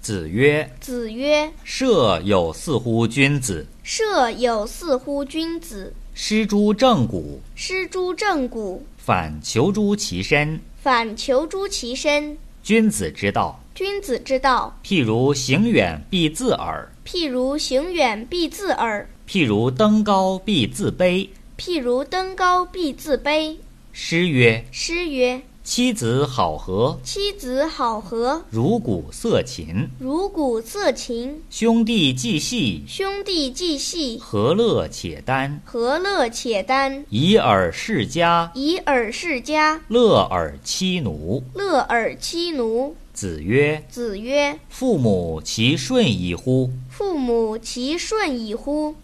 子曰子曰：“舍有似乎君子，：“舍有似乎君子，失诸正骨，失诸正骨，反求诸其身。反求诸其身。君子之道，君子之道，譬如行远必自耳，譬如行远必自耳，譬如登高必自卑。”譬如登高必自卑。”诗曰诗曰：“妻子好合，：“妻子好合，如鼓瑟琴；如鼓瑟琴；兄弟既系，兄弟既系，何乐且耽？何乐且耽？以尔世家，以尔世家，乐尔妻奴。”乐尔妻奴。”子曰子曰：“父母其顺矣乎？”：“父母其顺矣乎？